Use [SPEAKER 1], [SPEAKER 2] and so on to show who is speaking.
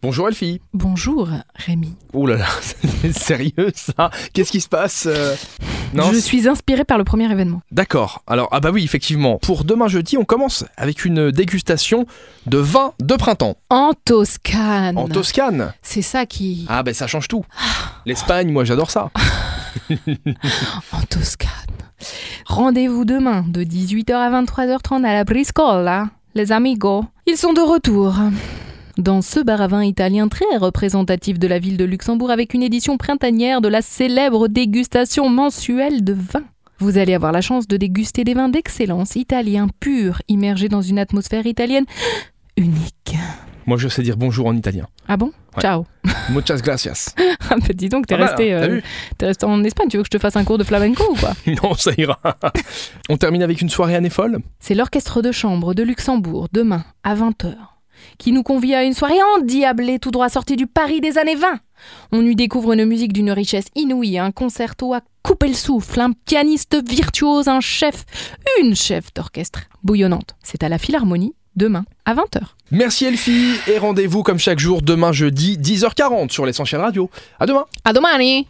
[SPEAKER 1] Bonjour Elfie.
[SPEAKER 2] Bonjour Rémi.
[SPEAKER 1] Oh là là, c'est sérieux ça Qu'est-ce qui se passe euh,
[SPEAKER 2] je
[SPEAKER 1] c'est-
[SPEAKER 2] suis inspirée par le premier événement.
[SPEAKER 1] D'accord. Alors ah bah oui, effectivement. Pour demain jeudi, on commence avec une dégustation de vin de printemps
[SPEAKER 2] En Toscane.
[SPEAKER 1] en Toscane.
[SPEAKER 2] C'est ça qui.
[SPEAKER 1] Ah bah ça change tout. L'Espagne, moi j'adore ça. Ah.
[SPEAKER 2] En Toscane. Rendez-vous demain de 18h à 23h30 à la Briscola, les amigos. Ils sont de retour. Dans ce bar à vin italien très représentatif de la ville de Luxembourg avec une édition printanière de la célèbre dégustation mensuelle de vin. Vous allez avoir la chance de déguster des vins d'excellence italiens purs, immergés dans une atmosphère italienne unique.
[SPEAKER 1] Moi je sais dire bonjour en italien.
[SPEAKER 2] Ah bon
[SPEAKER 1] Ouais.
[SPEAKER 2] Ciao
[SPEAKER 1] Muchas gracias.
[SPEAKER 2] Ah bah dis donc, t'es
[SPEAKER 1] Pas mal,
[SPEAKER 2] resté,
[SPEAKER 1] hein,
[SPEAKER 2] euh, t'es resté en Espagne, tu veux que je te fasse un cours de flamenco ou quoi
[SPEAKER 1] T'as vu Non, ça ira. on termine avec une soirée année folle.
[SPEAKER 2] C'est l'orchestre de chambre de Luxembourg, demain, à 20h, qui nous convie à une soirée endiablée tout droit sortie du Paris des années 20. On y découvre une musique d'une richesse inouïe, un concerto à couper le souffle, un pianiste virtuose, un chef, une chef d'orchestre bouillonnante. C'est à la Philharmonie, demain, à 20h.
[SPEAKER 1] Merci Elfie et rendez-vous comme chaque jour demain jeudi 10h40 sur l'essentiel radio. À demain.
[SPEAKER 2] À domani